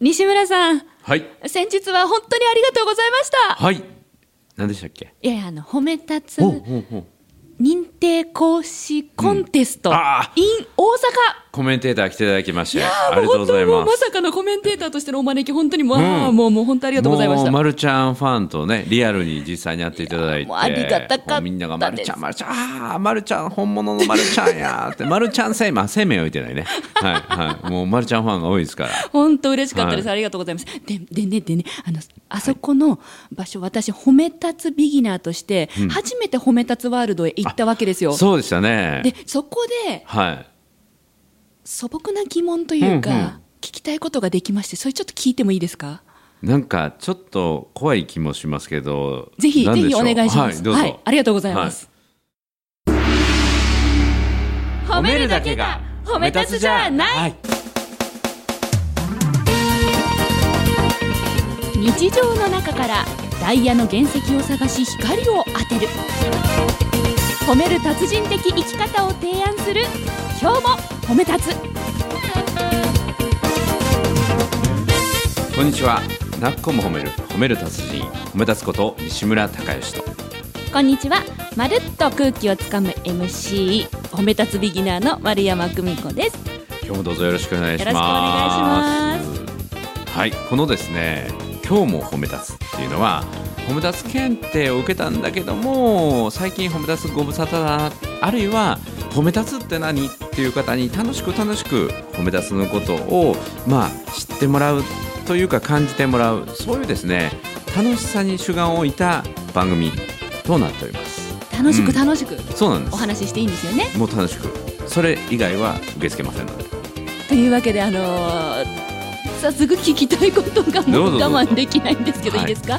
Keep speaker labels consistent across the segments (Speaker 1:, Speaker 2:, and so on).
Speaker 1: 西村さん
Speaker 2: はい。
Speaker 1: 先日は本当にありがとうございました
Speaker 2: はい。何でしたっけ。
Speaker 1: いやいやあの褒め立つ
Speaker 2: おうおうおう
Speaker 1: 認定講師コンテスト、
Speaker 2: うんあ
Speaker 1: in 大阪
Speaker 2: コメンテーター来ていただきまして、
Speaker 1: あ
Speaker 2: あ
Speaker 1: ー
Speaker 2: りがと
Speaker 1: も
Speaker 2: うご
Speaker 1: う本
Speaker 2: ざい
Speaker 1: 当もう
Speaker 2: ま。
Speaker 1: ますさかのコメンテーターとしてのお招き本当にもう、あー
Speaker 2: うん
Speaker 1: もうもう本当ありがとうございました
Speaker 2: もうまるちゃんファンとねリアルに実際に会っていただ
Speaker 1: いや
Speaker 2: いて
Speaker 1: もうありがたかったです
Speaker 2: もうみんなが「まるちゃんまるちゃんあーまるちゃん本物のまるちゃんや」 って「まるちゃん生命」あ生命は置いてないねはいはいもうまるちゃんファンが多いですから
Speaker 1: 本当嬉しかったです、
Speaker 2: は
Speaker 1: ありがとうございますででねでねあのあそこの場所、私褒め立つビギナーとして、初めて褒め立つワールドへ行ったわけですよ
Speaker 2: そうでしたね
Speaker 1: でそこで
Speaker 2: はい
Speaker 1: 素朴な疑問というか、
Speaker 2: うんうん
Speaker 1: 聞きたいことができましてそれちょっと聞いてもいいですか
Speaker 2: なんかちょっと怖い気もしますけど
Speaker 1: ぜひ
Speaker 2: な
Speaker 1: ぜ
Speaker 2: んで
Speaker 1: ひ
Speaker 2: しょ
Speaker 1: お
Speaker 2: う
Speaker 1: 願いします
Speaker 2: はいどうぞ、
Speaker 1: ありがとうございます、
Speaker 2: はい
Speaker 1: 褒めるだけが褒め立つじゃない、
Speaker 2: はい
Speaker 1: 日常の中からダイヤの原石を探し光を当てる褒める達人的生き方を提案する今日も褒め立つ
Speaker 2: こんにちはなっこも褒める褒める達人褒め立つこと西村孝之と
Speaker 1: こんにちはまるっと空気をつかむ MC 褒め立つビギナーの丸山久美子です
Speaker 2: 今日もどうぞよろしくお願いします
Speaker 1: よろしくお願いし
Speaker 2: はいこのですね今日も褒め立つっていうのは褒め立つ検定を受けたんだけども最近褒め立つご無沙汰だなあるいは褒め立つって何っていう方に楽しく楽しく褒め立つのことをまあ知ってもらうというか感じてもらうそういうですね楽しさに主眼を置いた番組となっております
Speaker 1: 楽し
Speaker 2: う
Speaker 1: く
Speaker 2: ん
Speaker 1: 楽しく
Speaker 2: そうなんで
Speaker 1: お
Speaker 2: す
Speaker 1: 話ししていいんですよね、
Speaker 2: もう楽しくそれ以外は受け付けませんので
Speaker 1: というわけであのー早速聞きたいことがも
Speaker 2: どう
Speaker 1: う
Speaker 2: ぞどうぞ
Speaker 1: 我慢できないんですけど
Speaker 2: はい
Speaker 1: い
Speaker 2: い
Speaker 1: ですか、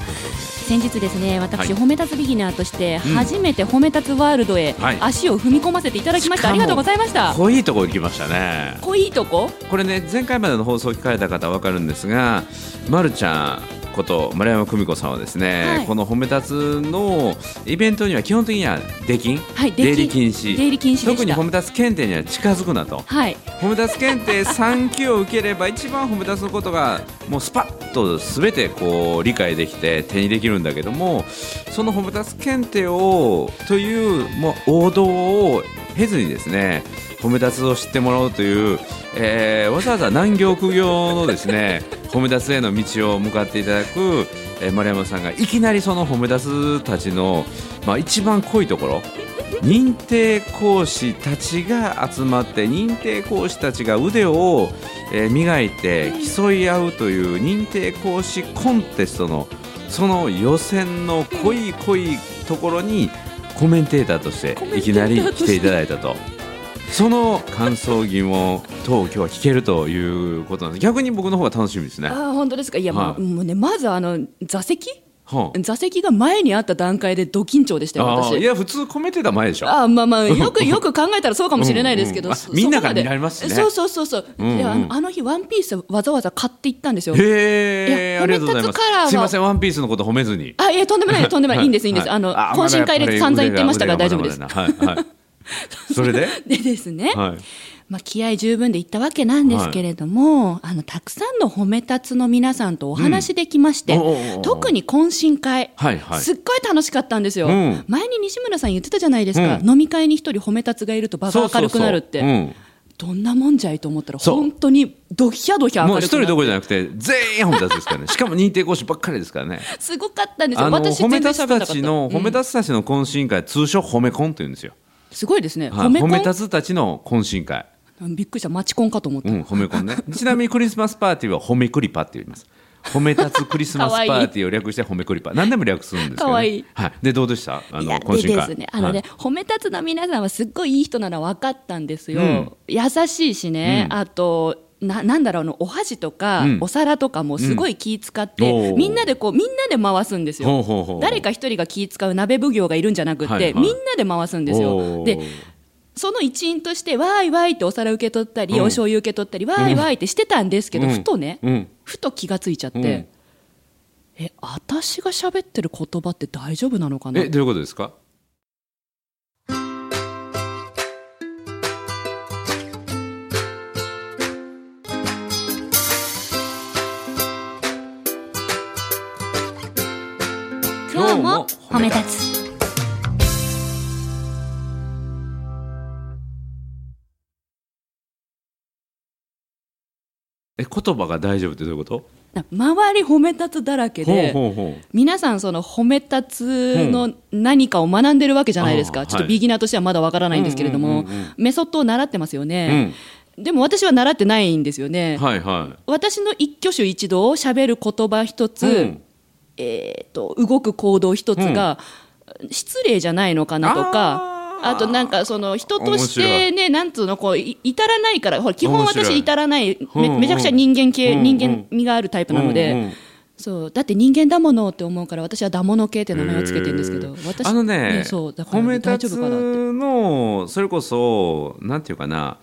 Speaker 1: 先日ですね私、
Speaker 2: はい
Speaker 1: 褒め立つビギナーとして
Speaker 2: うん
Speaker 1: 初めて褒め立つワールドへ
Speaker 2: はい
Speaker 1: 足を踏み込ませていただきました、
Speaker 2: しか
Speaker 1: あ
Speaker 2: も
Speaker 1: りがとうございました
Speaker 2: 濃いとこ行きましたね
Speaker 1: こいいとこ
Speaker 2: これね前回までの放送を聞かれた方は分かるんですが、ま、るちゃんこと丸山久美子さんはですね、
Speaker 1: はい
Speaker 2: この褒め立つのイベントには基本的には出禁、
Speaker 1: はい
Speaker 2: 出入り禁
Speaker 1: 出入
Speaker 2: 止
Speaker 1: り禁止で
Speaker 2: 特
Speaker 1: し
Speaker 2: に
Speaker 1: た
Speaker 2: 褒め立つ検定には近づくなと
Speaker 1: はい
Speaker 2: 褒め立つ検定3級を受ければ一番褒め立つのことがもうスパッと全てこう理解できて手にできるんだけどもその褒め立つ検定をというもう王道を経ずにですね褒め立つを知ってもらおうという、えーわざわざ難行苦行のですね褒め立つへの道を向かっていただく、えー丸山さんがいきなりその褒め立つたちの、まあ、一番濃いところ認定講師たちが集まって認定講師たちが腕を、えー磨いて競い合うという認定講師コンテストのその予選の濃い濃いところにコメンテーターとして
Speaker 1: コメンテ
Speaker 2: いき
Speaker 1: ータ
Speaker 2: な
Speaker 1: ーとして
Speaker 2: り来ていただいたと。その感想疑問等を今日は聞けるということなんです逆に僕の方が楽しみですね。
Speaker 1: あ
Speaker 2: は
Speaker 1: ー本当ですかいや、もう
Speaker 2: はい
Speaker 1: もうねまずあの座席
Speaker 2: あ
Speaker 1: 座席が前にあった段階でド緊張でしたよ
Speaker 2: あーい
Speaker 1: 私
Speaker 2: や普通コメンテーター前でしょ
Speaker 1: あーまあまあよくよく考えたらそうかもしれないですけど、
Speaker 2: うんうんあ
Speaker 1: そ
Speaker 2: みんな
Speaker 1: そこ
Speaker 2: が
Speaker 1: まで
Speaker 2: 見られますね
Speaker 1: そうそうそうそう、
Speaker 2: うんうん
Speaker 1: であのあの日ワンピースわざわざ買っていったんですよい
Speaker 2: へえ
Speaker 1: や
Speaker 2: ありがとうございま
Speaker 1: 褒め立つカラーは
Speaker 2: す。すいませんワンピースのこと褒めずに。
Speaker 1: あいやとんでもないとんでも ないいいんですいいんです、あの懇親会で散々言ってましたから大丈夫です
Speaker 2: はいはい。それ で、
Speaker 1: でですね、
Speaker 2: はい、
Speaker 1: まあ、気合十分で行ったわけなんですけれども、あのたくさんの褒め立つの皆さんとお話できまして、
Speaker 2: うんおうおうおう
Speaker 1: 特に懇親会、
Speaker 2: はいはい
Speaker 1: すっごい楽しかったんですよ、
Speaker 2: うん
Speaker 1: 前に西村さん言ってたじゃないですか、
Speaker 2: うん
Speaker 1: 飲み会に一人褒め立つがいると場が明るくなるって
Speaker 2: そうそう
Speaker 1: どんなもんじゃいと思ったら
Speaker 2: そう
Speaker 1: 本当にドヒャドヒ
Speaker 2: そ
Speaker 1: ャ
Speaker 2: ううん、も
Speaker 1: 明
Speaker 2: う
Speaker 1: る
Speaker 2: 一
Speaker 1: くな
Speaker 2: 人どこ
Speaker 1: っ
Speaker 2: ろじ
Speaker 1: て
Speaker 2: ゃなくて全員褒め立つですからね。しかも認定講師ばっかりですからね。
Speaker 1: すごかったんですよ、
Speaker 2: あの
Speaker 1: 私
Speaker 2: 褒
Speaker 1: 全
Speaker 2: め
Speaker 1: 然
Speaker 2: 立
Speaker 1: 喋
Speaker 2: つ
Speaker 1: んなか
Speaker 2: た
Speaker 1: った
Speaker 2: ちの褒
Speaker 1: う
Speaker 2: め
Speaker 1: ん
Speaker 2: 立つたちの懇親会、通称褒めコンって言うんですよ。
Speaker 1: すごいですね、
Speaker 2: はい
Speaker 1: 褒めコ
Speaker 2: 褒
Speaker 1: ン
Speaker 2: め立つたちの懇親会。
Speaker 1: びっくりしたマチコンかと思った、
Speaker 2: うん、褒めコ ンね。ちなみにクリスマスパーティーは褒めクリパって言います。褒め立つクリスマスパーティーを略して褒めクリパ。何でも略するんですけど、ね。
Speaker 1: かわいい
Speaker 2: はい。で、どうでしたあ
Speaker 1: い
Speaker 2: の、
Speaker 1: や
Speaker 2: 懇
Speaker 1: で
Speaker 2: 親
Speaker 1: で
Speaker 2: 会。
Speaker 1: すね、あのね、
Speaker 2: はい
Speaker 1: 褒め立つの皆さんはすっごいいい人なのは分かったんですよ、
Speaker 2: うん
Speaker 1: 優しいしね、
Speaker 2: うん
Speaker 1: あとななんだろうあのお箸とか、
Speaker 2: うん
Speaker 1: お皿とかもすごい気使って、
Speaker 2: うんおー
Speaker 1: みんなでこうみんなで回すんですよ
Speaker 2: ほうほうほうほう
Speaker 1: 誰か一人が気使う鍋奉行がいるんじゃなくって、
Speaker 2: はいはい
Speaker 1: みんなで回すんですよ
Speaker 2: おー
Speaker 1: でその一員としてわーいわーいってお皿受け取ったり、
Speaker 2: うん
Speaker 1: お醤油受け取ったりわーいわーいってしてたんですけど、
Speaker 2: うん
Speaker 1: ふとね、
Speaker 2: うん
Speaker 1: ふと気がついちゃって、
Speaker 2: うん
Speaker 1: え私が喋ってる言葉って大丈夫なのかな
Speaker 2: え、どういうことですか
Speaker 3: 今日も褒め立つ
Speaker 2: え言葉が大丈夫ってどういうこと
Speaker 1: な周り褒め立つだらけで
Speaker 2: ほうほうほう
Speaker 1: 皆さんその褒め立つの何かを学んでるわけじゃないです
Speaker 2: あ
Speaker 1: か
Speaker 2: ー
Speaker 1: ちょっとビギナーとしてはまだわからないんですけれども、
Speaker 2: うんうんうんうん
Speaker 1: メソッドを習ってますよね、でも私は習ってないんですよね、
Speaker 2: うん、はいはい
Speaker 1: 私の一挙手一動喋る言葉一つ、
Speaker 2: うん
Speaker 1: えー、と動く行動一つが、失礼じゃないのかなとか。
Speaker 2: あー
Speaker 1: あとなんかその人としてねなんつうのこうい至らないからほら基本
Speaker 2: 面白い
Speaker 1: 私至らない
Speaker 2: うんう
Speaker 1: め
Speaker 2: ん
Speaker 1: めちゃくちゃ人間系、
Speaker 2: うんうん
Speaker 1: 人間味があるタイプなので、
Speaker 2: うんうん
Speaker 1: そうだって人間だものって思うから私はだもの系って名前をつけてるんですけど
Speaker 2: へー
Speaker 1: 私
Speaker 2: あのね
Speaker 1: そうだか
Speaker 2: 褒
Speaker 1: ら
Speaker 2: め
Speaker 1: ね大
Speaker 2: 立
Speaker 1: 丈
Speaker 2: つ
Speaker 1: 夫かなって
Speaker 2: のそれこそなんていうかな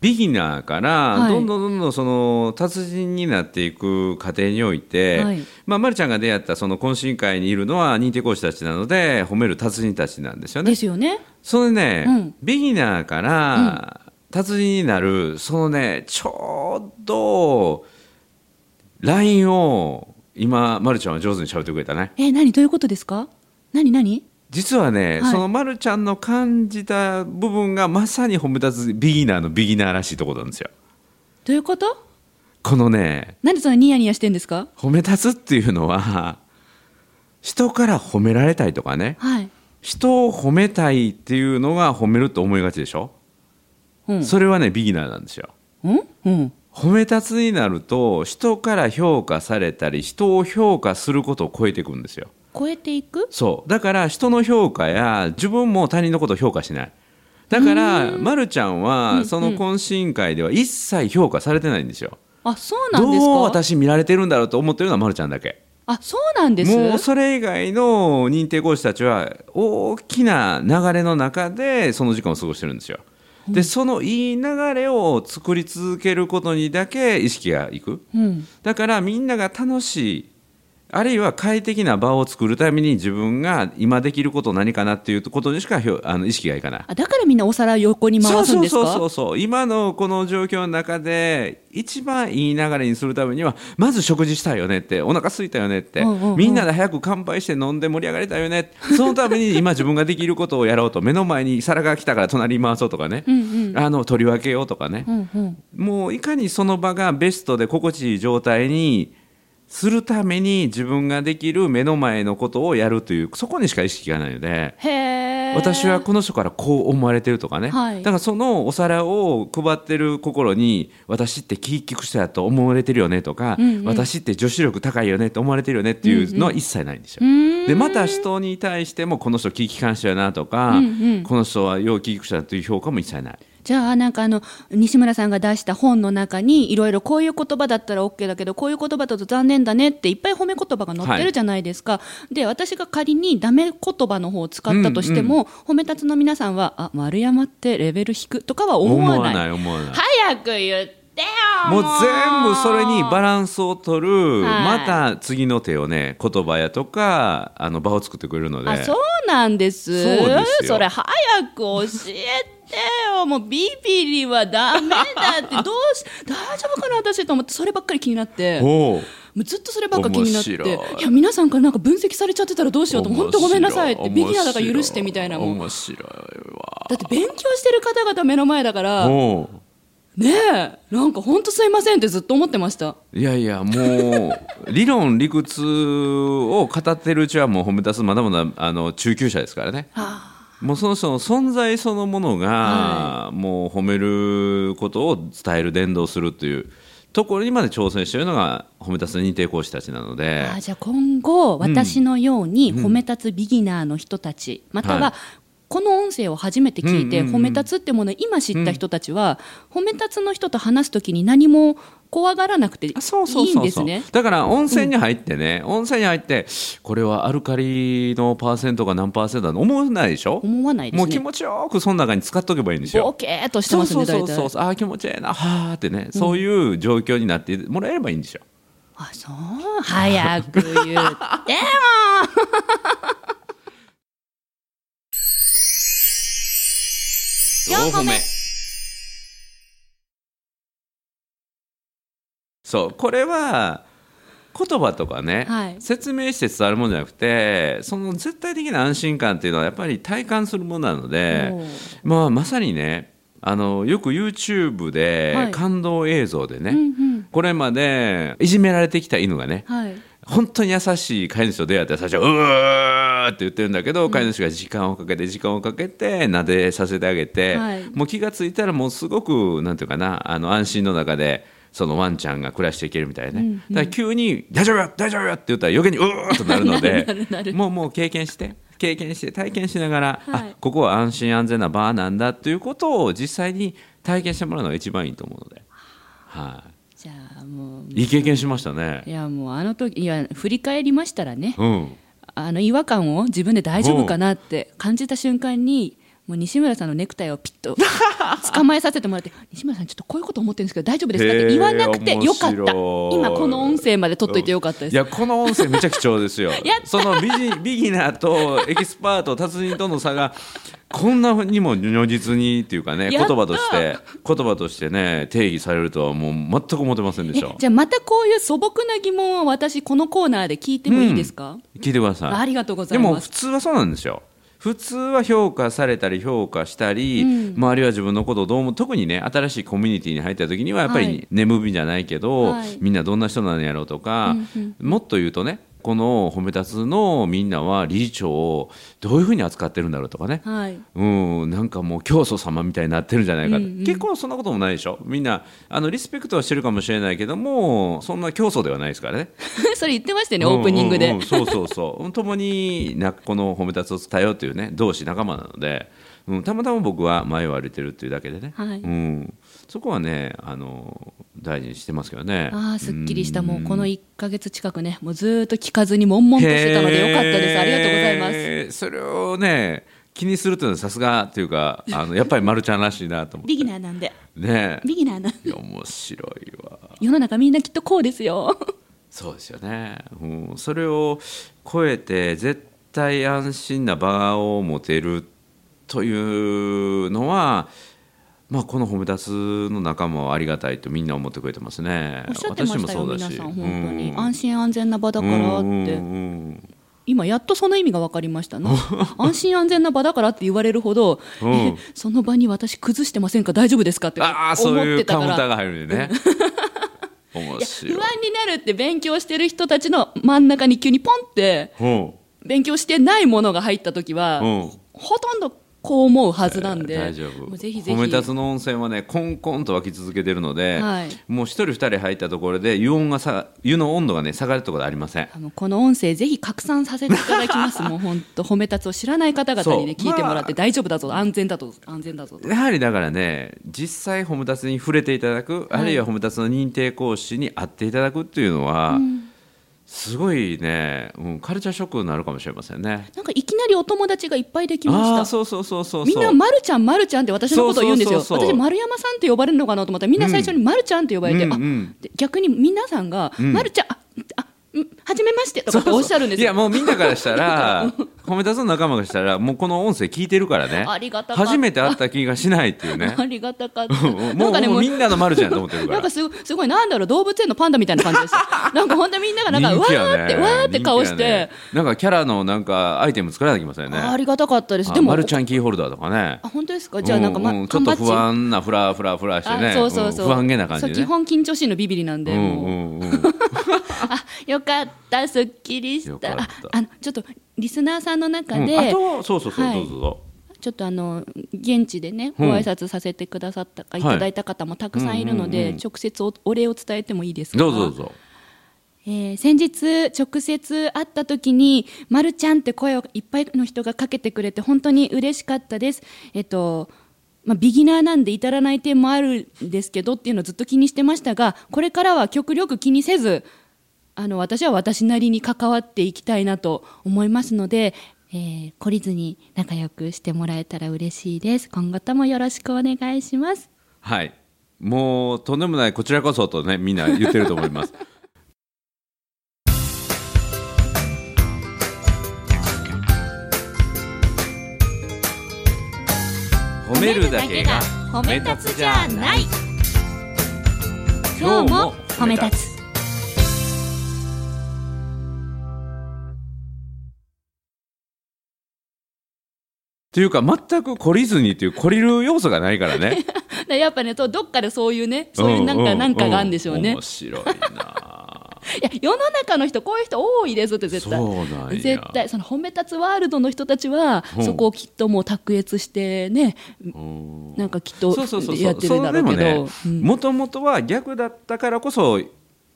Speaker 2: ビギナーから
Speaker 1: はい
Speaker 2: どんどんどんどんその達人になっていく過程において、
Speaker 1: はい
Speaker 2: まあ、まるちゃんが出会ったその懇親会にいるのは認定講師たちなので褒める達人たちなんですよね
Speaker 1: で。すよね
Speaker 2: そのね、
Speaker 1: うん
Speaker 2: ビギナーから達人になるそのねちょうどラインを今、ま、るちゃんは上手に喋ってくれたね。
Speaker 1: え何どういうことですか何何
Speaker 2: 実はね、
Speaker 1: はい
Speaker 2: そのまるちゃんの感じた部分がまさに褒め立つビギナーのビギナーらしいところなんですよ。
Speaker 1: どういうこと
Speaker 2: このね
Speaker 1: 何でそんなニヤニヤしてんですか
Speaker 2: 褒め立つっていうのは人から褒められたいとかね
Speaker 1: はい、
Speaker 2: 人を褒めたいっていうのが褒めると思いがちでしょ、
Speaker 1: うん、
Speaker 2: それはねビギナーなんですよ。
Speaker 1: うんうん
Speaker 2: 褒め立つになると人から評価されたり人を評価することを超えていくんですよ。
Speaker 1: 超えていく
Speaker 2: そうだから人の評価や自分も他人のことを評価しないだから、ま、るちゃんはその懇親会では一切評価されてないんですよ、
Speaker 1: あそうなんですか
Speaker 2: どう私見られてるんだろうと思ってるのはまるちゃんだけ
Speaker 1: あそうなんです
Speaker 2: もうそれ以外の認定講師たちは大きな流れの中でその時間を過ごしてるんですよでそのいい流れを作り続けることにだけ意識がいく
Speaker 1: うん
Speaker 2: だからみんなが楽しいあるいは快適な場を作るために自分が今できること何かなっていうことにしかひょあの意識がいかない。
Speaker 1: あだからみんなお皿横に回すんですか
Speaker 2: そうそうそうそう今のこの状況の中で一番いい流れにするためにはまず食事したいよねってお腹空いたよねって、
Speaker 1: うんうんうん
Speaker 2: みんなで早く乾杯して飲んで盛り上がりたいよねってそのために今自分ができることをやろうと目の前に皿が来たから隣に回そうとかね、
Speaker 1: うん
Speaker 2: あの取り分けようとかね、
Speaker 1: うんうんうん
Speaker 2: もういかにその場がベストで心地いい状態にするために自分ができる目の前のことをやるというそこにしか意識がないので。
Speaker 1: へえ
Speaker 2: 私はこの人からこう思われてるとかね、
Speaker 1: はい
Speaker 2: だからそのお皿を配ってる心に私ってキーキクしたと思われてるよねとか、
Speaker 1: うんうん
Speaker 2: 私って女子力高いよねと思われてるよねっていうのは一切ないんですよ。
Speaker 1: うーん
Speaker 2: でまた人に対してもこの人キーキ感者やなとか、
Speaker 1: うんうん
Speaker 2: この人はようキーキクしたという評価も一切ない。
Speaker 1: じゃあなんかあの西村さんが出した本の中にいろいろこういう言葉だったら OK だけどこういう言葉だと残念だねっていっぱい褒め言葉が載ってるじゃないですか、で私が仮にダメ言葉の方を使ったとしても、褒め立つの皆さんはあ丸山ってレベル低くとかは思わない
Speaker 2: 思わない
Speaker 1: 早く言ってよ
Speaker 2: もう全部それにバランスを取る、
Speaker 1: はい
Speaker 2: また次の手をね言葉やとかあの場を作ってくれるので
Speaker 1: あそうなんです
Speaker 2: そうですよ
Speaker 1: それ早く教えてよもうビビリはダメだってどうし大丈夫かな私と思ってそればっかり気になっても
Speaker 2: おう
Speaker 1: うずっとそればっか気になってい
Speaker 2: 面白い
Speaker 1: や皆さんからなんか分析されちゃってたらどうしようと本当ごめんなさいってビギナーだから許してみたいなもんだ
Speaker 2: 面白いわ
Speaker 1: って勉強してる方々目の前だからね
Speaker 2: おう
Speaker 1: えなんか本当すいませんってずっと思ってました
Speaker 2: いやいやもう理論理屈を語ってるうちはもう褒め出すまだまだあの中級者ですからね
Speaker 1: は
Speaker 2: もうその人の存在そのものが、
Speaker 1: は
Speaker 2: もう褒めることを伝える伝道するというところにまで挑戦しているのが褒め立つ認定講師たちなので
Speaker 1: ああじゃあ今後私のように褒め立つビギナーの人たち、また
Speaker 2: はい
Speaker 1: はこの音声を初めて聞いて
Speaker 2: うんうんう
Speaker 1: 褒
Speaker 2: ん
Speaker 1: め立つってものを今知った人たちは褒め立つの人と話すときに何も怖がらなくていいん
Speaker 2: あ
Speaker 1: です
Speaker 2: そうそうそうそう
Speaker 1: ね。
Speaker 2: だから温泉に入ってね、温泉に入ってこれはアルカリのパーセントが何パーセントだと思わないでしょ
Speaker 1: 思わないで
Speaker 2: もう
Speaker 1: す
Speaker 2: 気
Speaker 1: ね。
Speaker 2: 持ちよくその中に使っとけばいいんです
Speaker 1: ボ
Speaker 2: よ。
Speaker 1: ケーっとして
Speaker 2: そ
Speaker 1: ま
Speaker 2: う
Speaker 1: す
Speaker 2: そ
Speaker 1: ね
Speaker 2: うそ
Speaker 1: 大
Speaker 2: うそう
Speaker 1: 体。
Speaker 2: あー気持ちええなはーってね、そういう状況になってもらえればいいんですよ。
Speaker 1: あそう早く言ってよ四個目
Speaker 2: そうこれは言葉とかね、
Speaker 1: はい
Speaker 2: 説明して伝わるものじゃなくてその絶対的な安心感っていうのはやっぱり体感するものなので
Speaker 1: おう、
Speaker 2: まあ、まさにねあのよく YouTube
Speaker 1: は
Speaker 2: で
Speaker 1: い
Speaker 2: 感動映像でね、
Speaker 1: うんうん
Speaker 2: これまでいじめられてきた犬がね
Speaker 1: はい
Speaker 2: 本当に優しい飼い主と出会って最初「うー」って言ってるんだけど飼い主が時間をかけて時間をかけて撫でさせてあげて、
Speaker 1: はい
Speaker 2: もう気がついたらもうすごくなんていうかなあの安心の中でそのワンちゃんが暮らしていけるみたいなね、
Speaker 1: うんうん
Speaker 2: だから急に「大丈夫よ大丈夫よ」って言ったら余計に「うー」となるので
Speaker 1: なるなる
Speaker 2: もうもう経験して。経験して体験しながら、
Speaker 1: はい
Speaker 2: あここは安心安全なバーなんだということを実際に体験してもらうのが一番いいと思うので、は
Speaker 1: じゃあもう
Speaker 2: い、いい経験しましたね
Speaker 1: い。やもうあの時いや振り返りましたらね
Speaker 2: うん
Speaker 1: あの違和感を自分で大丈夫かなって感じた瞬間にもう西村さんのネクタイをピッ と捕まえさせてもらって西村さんちょっとこういうこと思ってるんですけど大丈夫ですかって言わなくて
Speaker 2: へー
Speaker 1: よかった
Speaker 2: 面白い
Speaker 1: 今この音声まで撮っといてよかったです
Speaker 2: いやこの音声めちゃ貴重です よそのビギビギナーとエキスパート達人との差がこんなにも如実にっていうかね言
Speaker 1: やった
Speaker 2: 葉として言葉としてね定義されるとはもう全く思ってませんでし
Speaker 1: え
Speaker 2: た
Speaker 1: じゃあまたこういう素朴な疑問を私このコーナーで聞いてもいいですか、
Speaker 2: 聞いてください
Speaker 1: ありがとうござ
Speaker 2: で
Speaker 1: います
Speaker 2: も普通はそうなんですよ普通は評価されたり評価したり、周りは自分のことをどう思う特にね新しいコミュニティに入った時にはやっぱ
Speaker 1: は
Speaker 2: り
Speaker 1: い
Speaker 2: 眠みじゃないけど、
Speaker 1: はい
Speaker 2: みんなどんな人なんやろうとか、
Speaker 1: うん
Speaker 2: もっと言うとねこの褒め立つのみんなは理事長をどういうふうに扱ってるんだろうとかね、
Speaker 1: はい
Speaker 2: うん、なんかもう教祖様みたいになってるんじゃないかと、
Speaker 1: うんうん
Speaker 2: 結構そんなこともないでしょみんなあのリスペクトはしてるかもしれないけどもそんな教祖ではないですからね
Speaker 1: それ言ってましたよねオープニングで、
Speaker 2: うんうんうんそうそうそう共になこの褒め立つを伝えようというね同志仲間なので、うん、たまたま僕は前を歩いてるっていうだけでね、
Speaker 1: はい
Speaker 2: うん、そこはねあの大事にしてますけどね
Speaker 1: ああすっきりしたもうこの1か月近くねもうずーっと聞かずに悶々としてたのでよかったですありがとうございます
Speaker 2: ますそれをね気にするというのはさすがというかあのやっぱり丸ちゃんらしいなと思っ
Speaker 1: ビギ
Speaker 2: て
Speaker 1: ナーなんで
Speaker 2: ね
Speaker 1: ビギナーなんで
Speaker 2: いや面白いわ
Speaker 1: 世の中みんなきっとこうですよ
Speaker 2: そうですよね、うん、それを超えて絶対安心な場を持てるというのは、まあ、この褒め立つの仲間はありがたいとみんな思ってくれてますね
Speaker 1: おっしゃってましたよ皆さん本当に安
Speaker 2: 心
Speaker 1: 心安全な場だからって今やっとその意味が分かりました ね安心安全な場だからって言われるほど、
Speaker 2: うん
Speaker 1: えその場に私崩してませんか大丈夫ですかって思
Speaker 2: ああそう
Speaker 1: っ
Speaker 2: い
Speaker 1: て
Speaker 2: う
Speaker 1: た
Speaker 2: カウ
Speaker 1: か
Speaker 2: ンター
Speaker 1: ら
Speaker 2: が入るんでね面
Speaker 1: いや
Speaker 2: 白い
Speaker 1: 不安になるって勉強してる人たちの真ん中に急にポンって
Speaker 2: うん
Speaker 1: 勉強してないものが入った時は、
Speaker 2: うん
Speaker 1: ほとんどこう思うはずなんで、
Speaker 2: 大丈夫
Speaker 1: もうぜひぜひ
Speaker 2: 褒め立つの温泉はねコンコンと湧き続けてるので、
Speaker 1: はい
Speaker 2: もう一人二人入ったところで湯温がさ湯の温度がね下がるところありません
Speaker 1: あのこの音声ぜひ拡散させていただき ますもう本当褒め立つを知らない方々にね
Speaker 2: そう
Speaker 1: 聞いてもらっ
Speaker 2: まあ
Speaker 1: て大丈夫だぞ安全だぞ安全だぞと
Speaker 2: やはりだからね実際ホムタツに触れていただく、あるいはホムタツの認定講師に会っていただくっていうのは、すごいね、うん、カルチャーショックになるかもしれませんね
Speaker 1: なんかいきなりお友達がいっぱいできまし
Speaker 2: ああ
Speaker 1: た
Speaker 2: ーそうそうそうそうそ
Speaker 1: み
Speaker 2: う
Speaker 1: んな、まるちゃん、まるちゃんって私のことを言うんですよ。
Speaker 2: そうそうそうそう
Speaker 1: 私、丸山さんって呼ばれるのかなと思ったら、みんな最初にまるちゃんって呼ばれて、
Speaker 2: うん
Speaker 1: あ
Speaker 2: うん
Speaker 1: で逆に皆さんが、
Speaker 2: ん
Speaker 1: まるちゃん、あ、あ、うんはじめましてとかっておっしゃるんです
Speaker 2: いや
Speaker 1: よ。
Speaker 2: もうみんなからし たらホムタツの仲間がしたらもうこの音声聞いてるからね
Speaker 1: ありがたかった
Speaker 2: 初めて会った気がしないっていうね
Speaker 1: ありがたかった。
Speaker 2: もう
Speaker 1: なんかね、
Speaker 2: も
Speaker 1: もう
Speaker 2: うみ。んなのマルちゃんやと思ってる
Speaker 1: な
Speaker 2: か
Speaker 1: ん
Speaker 2: ら
Speaker 1: か。すごすごい、なんだろう、動物園のパンダみたいな感じで した。なんか本当みんながなんか、
Speaker 2: 人
Speaker 1: わ
Speaker 2: 気やね
Speaker 1: ーって、わーって顔し
Speaker 2: 人気や
Speaker 1: て
Speaker 2: ね、なんかキャラのなんかアイテム作らなきゃいけませんね
Speaker 1: あありがたかったです。で
Speaker 2: あ
Speaker 1: も、
Speaker 2: マルちゃんキーホルダーとかね
Speaker 1: あ本当ですかじゃあなんか、ま
Speaker 2: ううちょ
Speaker 1: 缶
Speaker 2: っ
Speaker 1: バ
Speaker 2: と
Speaker 1: ッジ
Speaker 2: 不安なフラフラフラしてね
Speaker 1: あそうそうそう。
Speaker 2: ん不安げな感じ
Speaker 1: そう
Speaker 2: で
Speaker 1: 基
Speaker 2: ね
Speaker 1: 本緊張しいのビビりなんで、
Speaker 2: う
Speaker 1: も
Speaker 2: ん
Speaker 1: う
Speaker 2: うんうん
Speaker 1: あよかった、すっきりし
Speaker 2: よか
Speaker 1: た。
Speaker 2: った
Speaker 1: ああのちょっとリスナーさんの中
Speaker 2: うん
Speaker 1: で、
Speaker 2: あとそうそうそう、
Speaker 1: はい
Speaker 2: どうぞどうぞ
Speaker 1: ちょっとあの現地でね、
Speaker 2: うん
Speaker 1: ご挨拶させてくださったか、
Speaker 2: い
Speaker 1: いただいた方もたくさんいるので、
Speaker 2: うんうんうん
Speaker 1: 直接おお礼を伝えてもいいですか。
Speaker 2: どうぞどうぞ
Speaker 1: えー先日、直接会った時に、まるちゃんって声をいっぱいの人がかけてくれて、本当に嬉しかったです。えっと、まあ、ビギナーなんで至らない点もあるんですけどっていうのをずっと気にしてましたが、これからは極力気にせず、あの、私は私なりに関わっていきたいなと思いますので、えー懲りずに仲良くしてもらえたら嬉しいです。今後ともよろしくお願いします。
Speaker 2: はいもうとんでもないこちらこそとねみんな言ってると思い ます褒めるだけが褒め立つじゃない今日も褒め立
Speaker 1: つ。
Speaker 2: というか全く懲りずにっていう懲りる要素がないから ね
Speaker 1: らやっぱねとどっかでそういうねそういうなんか、
Speaker 2: んん
Speaker 1: なんかがあるんでしょうね
Speaker 2: 面白いな
Speaker 1: いや世の中の人こういう人多いですって絶対
Speaker 2: そうなんや
Speaker 1: 絶対その褒め立つワールドの人たちは、
Speaker 2: うん
Speaker 1: そこをきっともう卓越してね
Speaker 2: うん
Speaker 1: なんかきっと
Speaker 2: そうそうそうそう
Speaker 1: やってるだろうけ
Speaker 2: それでも
Speaker 1: ど
Speaker 2: ね
Speaker 1: うん
Speaker 2: もともとは逆だったからこそ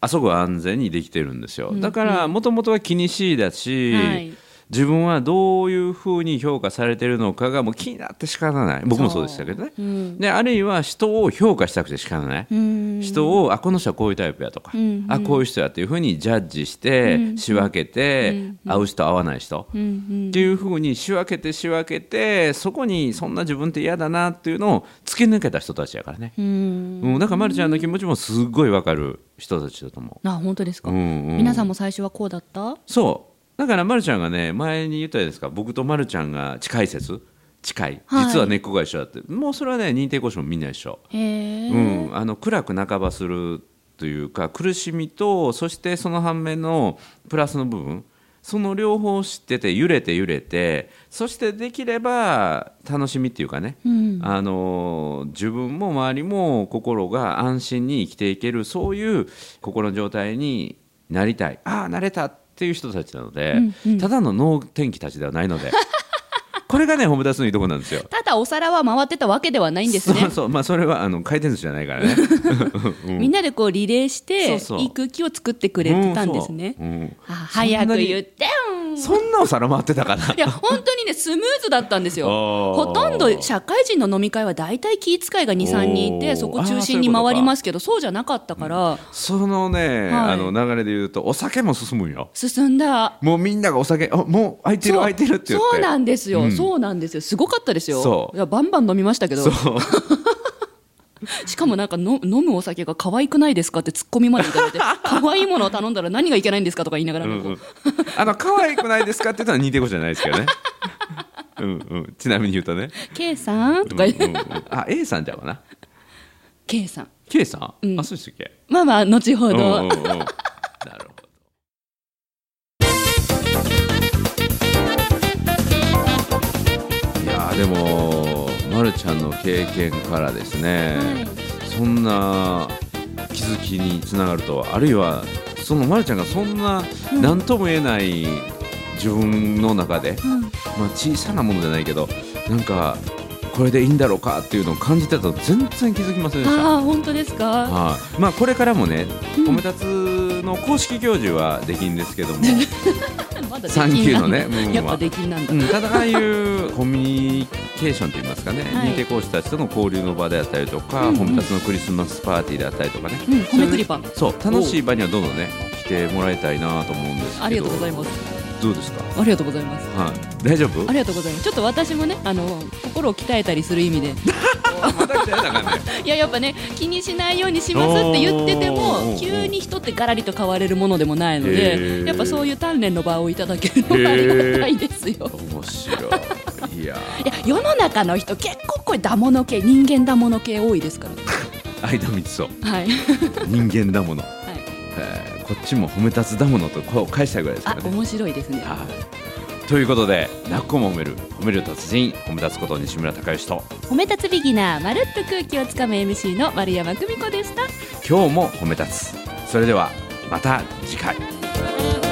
Speaker 2: あそこは安全にできてるんですよ、だからもともとは気にしいだし、
Speaker 1: はい
Speaker 2: 自分はどういうふうに評価されてるのかがもう気になって仕方ない僕もそうでしたけどね、
Speaker 1: うん
Speaker 2: であるいは人を評価したくて仕方ない、
Speaker 1: うん
Speaker 2: 人をあこの人はこういうタイプやとか、
Speaker 1: うん
Speaker 2: あこういう人やっていうふうにジャッジして、仕分けて、合う人合わない人、
Speaker 1: うんうん
Speaker 2: っていうふうに仕分けて仕分けてそこにそんな自分って嫌だなっていうのを突き抜けた人たちやからね、
Speaker 1: うん
Speaker 2: うん、だからまるちゃんの気持ちもすっごいわかる人たちだと思
Speaker 1: あ本当です
Speaker 2: う、
Speaker 1: か、
Speaker 2: うんうん、
Speaker 1: 皆さんも最初はこうだった
Speaker 2: そうだからまるちゃんがね前に言ったじゃないですか僕とまるちゃんが近い説近い
Speaker 1: はい
Speaker 2: 実は根っこが一緒だって、もうそれはね認定講師もみんな一緒、
Speaker 1: へえ、
Speaker 2: うん、あの苦楽半ばするというか苦しみとそしてその反面のプラスの部分その両方を知ってて揺れて揺れてそしてできれば楽しみっていうかね、
Speaker 1: うん
Speaker 2: あの自分も周りも心が安心に生きていけるそういう心の状態になりたいああなれたっていう人たちなので、ただの能天気たちではないのでこれがね褒め出すのいいとこなんですよ。
Speaker 1: ただお皿は回ってたわけではないんですね
Speaker 2: そうそうまあそれはあの回転寿司じゃないからね。
Speaker 1: みんなでこうリレーして
Speaker 2: そうそう
Speaker 1: いい空気を作ってくれてたんですね、
Speaker 2: うんそううん
Speaker 1: あ早く言ってん
Speaker 2: そんなお皿回ってた かな
Speaker 1: いや本当にねスムーズだったんですよ
Speaker 2: あー
Speaker 1: ほとんど社会人の飲み会は大体気遣いが23人い
Speaker 2: お
Speaker 1: て
Speaker 2: ー
Speaker 1: そこ中心に回りますけどそうじゃなかったから、
Speaker 2: その
Speaker 1: は
Speaker 2: ね、
Speaker 1: い
Speaker 2: あの流れで言うとお酒も進むんよ
Speaker 1: 進んだ
Speaker 2: もうみんながお酒あもう空いてる
Speaker 1: そう
Speaker 2: 空いてるって言って
Speaker 1: そうなんですよ、
Speaker 2: うん
Speaker 1: そうなんですよすごかったですよ
Speaker 2: そう
Speaker 1: いやバンバン飲みましたけど
Speaker 2: そう
Speaker 1: しかもなんかの飲むお酒が可愛くないですかってツッコミまでいただい て可愛いものを頼んだら何がいけないんですかとか言いながら
Speaker 2: う
Speaker 1: なん
Speaker 2: ん
Speaker 1: かこ
Speaker 2: う
Speaker 1: うん
Speaker 2: あの可愛くないですかって言ったら似てこじゃないです けどねうん、うん、ちなみに言うとね、
Speaker 1: K さんとか言っ
Speaker 2: う
Speaker 1: て、
Speaker 2: んうんうんあ A さんじゃわな
Speaker 1: K さん
Speaker 2: K さん、
Speaker 1: うん
Speaker 2: あそうですっけ
Speaker 1: まあまあ後ほ
Speaker 2: うんうんうん
Speaker 1: ど、
Speaker 2: なるほどいやーでも、ま、るちゃんの経験からですね、そんな気づきにつながるとはあるいはそのまるちゃんがそんな何とも言えない自分の中で、
Speaker 1: うん
Speaker 2: まあ、小さなものじゃないけどなんかこれでいいんだろうかっていうのを感じてたと全然気づきませんでした。
Speaker 1: ああ本当ですか
Speaker 2: はい、まあこれからもね、
Speaker 1: うん
Speaker 2: コメタツの公式行事はできんですけ ども、
Speaker 1: まだ
Speaker 2: 産休 のねうん
Speaker 1: やっぱ出禁なんだ、
Speaker 2: うん、ただああいうコミュニケーションといいますかね、
Speaker 1: はい
Speaker 2: 認定講師たちとの交流の場であったりとか、
Speaker 1: うんうん
Speaker 2: コメタツのクリスマスパーティーであったりとかね、
Speaker 1: うん褒めクリパン
Speaker 2: そういうそう楽しい場にはどんどんね来てもらいたいなと思うんですけど、。
Speaker 1: ありがとうございますす
Speaker 2: どうですか？
Speaker 1: ありがとうございます
Speaker 2: はい、大丈夫？
Speaker 1: ありがとうございますちょっと私もねあの心を鍛えたりする意味 で
Speaker 2: また来たやだからね。
Speaker 1: いややっぱね気にしないようにしますって言ってて
Speaker 2: お
Speaker 1: も
Speaker 2: ー
Speaker 1: 急に人ってガラリと変われるものでもないので、
Speaker 2: へー
Speaker 1: やっぱそういう鍛錬の場をいただけるのはありがたいですよ
Speaker 2: 面白い。いや
Speaker 1: いや世の中の人結構これダモノ系人間ダモノ系多いですから
Speaker 2: ー、間道そう。
Speaker 1: はい、
Speaker 2: 人間だもの。
Speaker 1: はい、
Speaker 2: えーこっちも褒め立つだものとこう返したいぐらいですか
Speaker 1: あ
Speaker 2: らね。
Speaker 1: 面白いですね
Speaker 2: はい。ということで、なっこも褒める、褒める達人、褒め立つこと西村隆之と、
Speaker 1: 褒め立つビギナーまるっと空気をつかむ MC の丸山久美子でした
Speaker 2: 今日も褒め立つ。それでは、また次回。
Speaker 1: 「